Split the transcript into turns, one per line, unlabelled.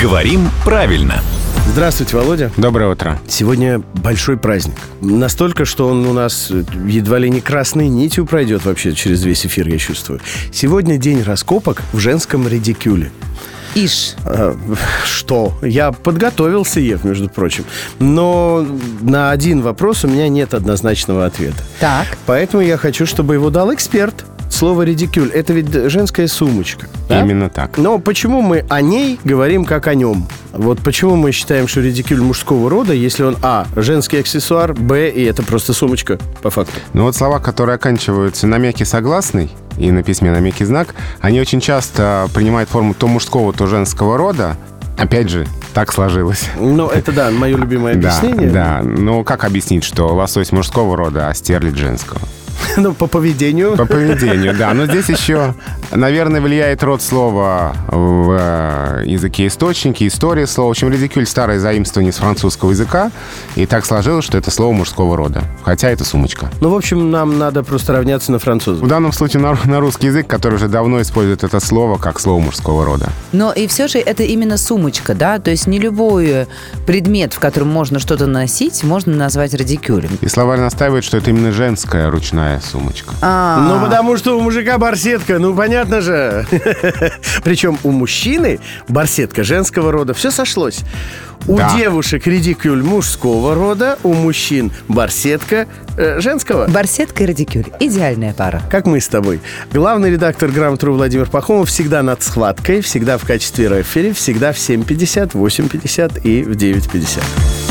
Говорим правильно.
Здравствуйте, Володя.
Доброе утро.
Сегодня большой праздник. Настолько, что он у нас едва ли не красной нитью пройдет вообще через весь эфир, я чувствую. Сегодня день раскопок в женском редикюле.
Иш.
А, Что? Я подготовился, Ев, между прочим. Но на один вопрос у меня нет однозначного ответа.
Так.
Поэтому я хочу, чтобы его дал эксперт. Слово «редикюль» — это ведь женская сумочка. да?
Именно так.
Но почему мы о ней говорим как о нем? Вот почему мы считаем, что редикюль мужского рода, если он А. Женский аксессуар, Б. И это просто сумочка, по факту.
Но вот слова, которые оканчиваются на мягкий согласный и на письме на мягкий знак, они очень часто принимают форму то мужского, то женского рода. Опять же, так сложилось.
Но Ну, это, да, мое любимое объяснение.
Да, да. Но как объяснить, что лосось мужского рода, а стерлить женского?
Ну, по поведению.
По поведению, да. Но здесь еще, наверное, влияет род слова в э, языке источники, история слова. В общем, редикюль — старое заимствование с французского языка. И так сложилось, что это слово мужского рода. Хотя это сумочка.
Ну, в общем, нам надо просто равняться на
В
французов.
данном случае на, на русский язык, который уже давно использует это слово как слово мужского рода.
Но и все же это именно сумочка, да? То есть не любой предмет, в котором можно что-то носить, можно назвать радикюлем.
И словарь настаивает, что это именно женская ручная сумочка.
А,
Ну, потому что у мужика барсетка, ну, понятно же. Причем у мужчины барсетка женского рода. Все сошлось. У
Да.
девушек редикюль мужского рода, у мужчин барсетка э, женского.
барсетка и радикюль. Идеальная пара.
как мы с тобой. Главный редактор «Грамотру» Владимир Пахомов всегда над схваткой, всегда в качестве рефери, всегда в 7.50, 8.50 и в 9.50.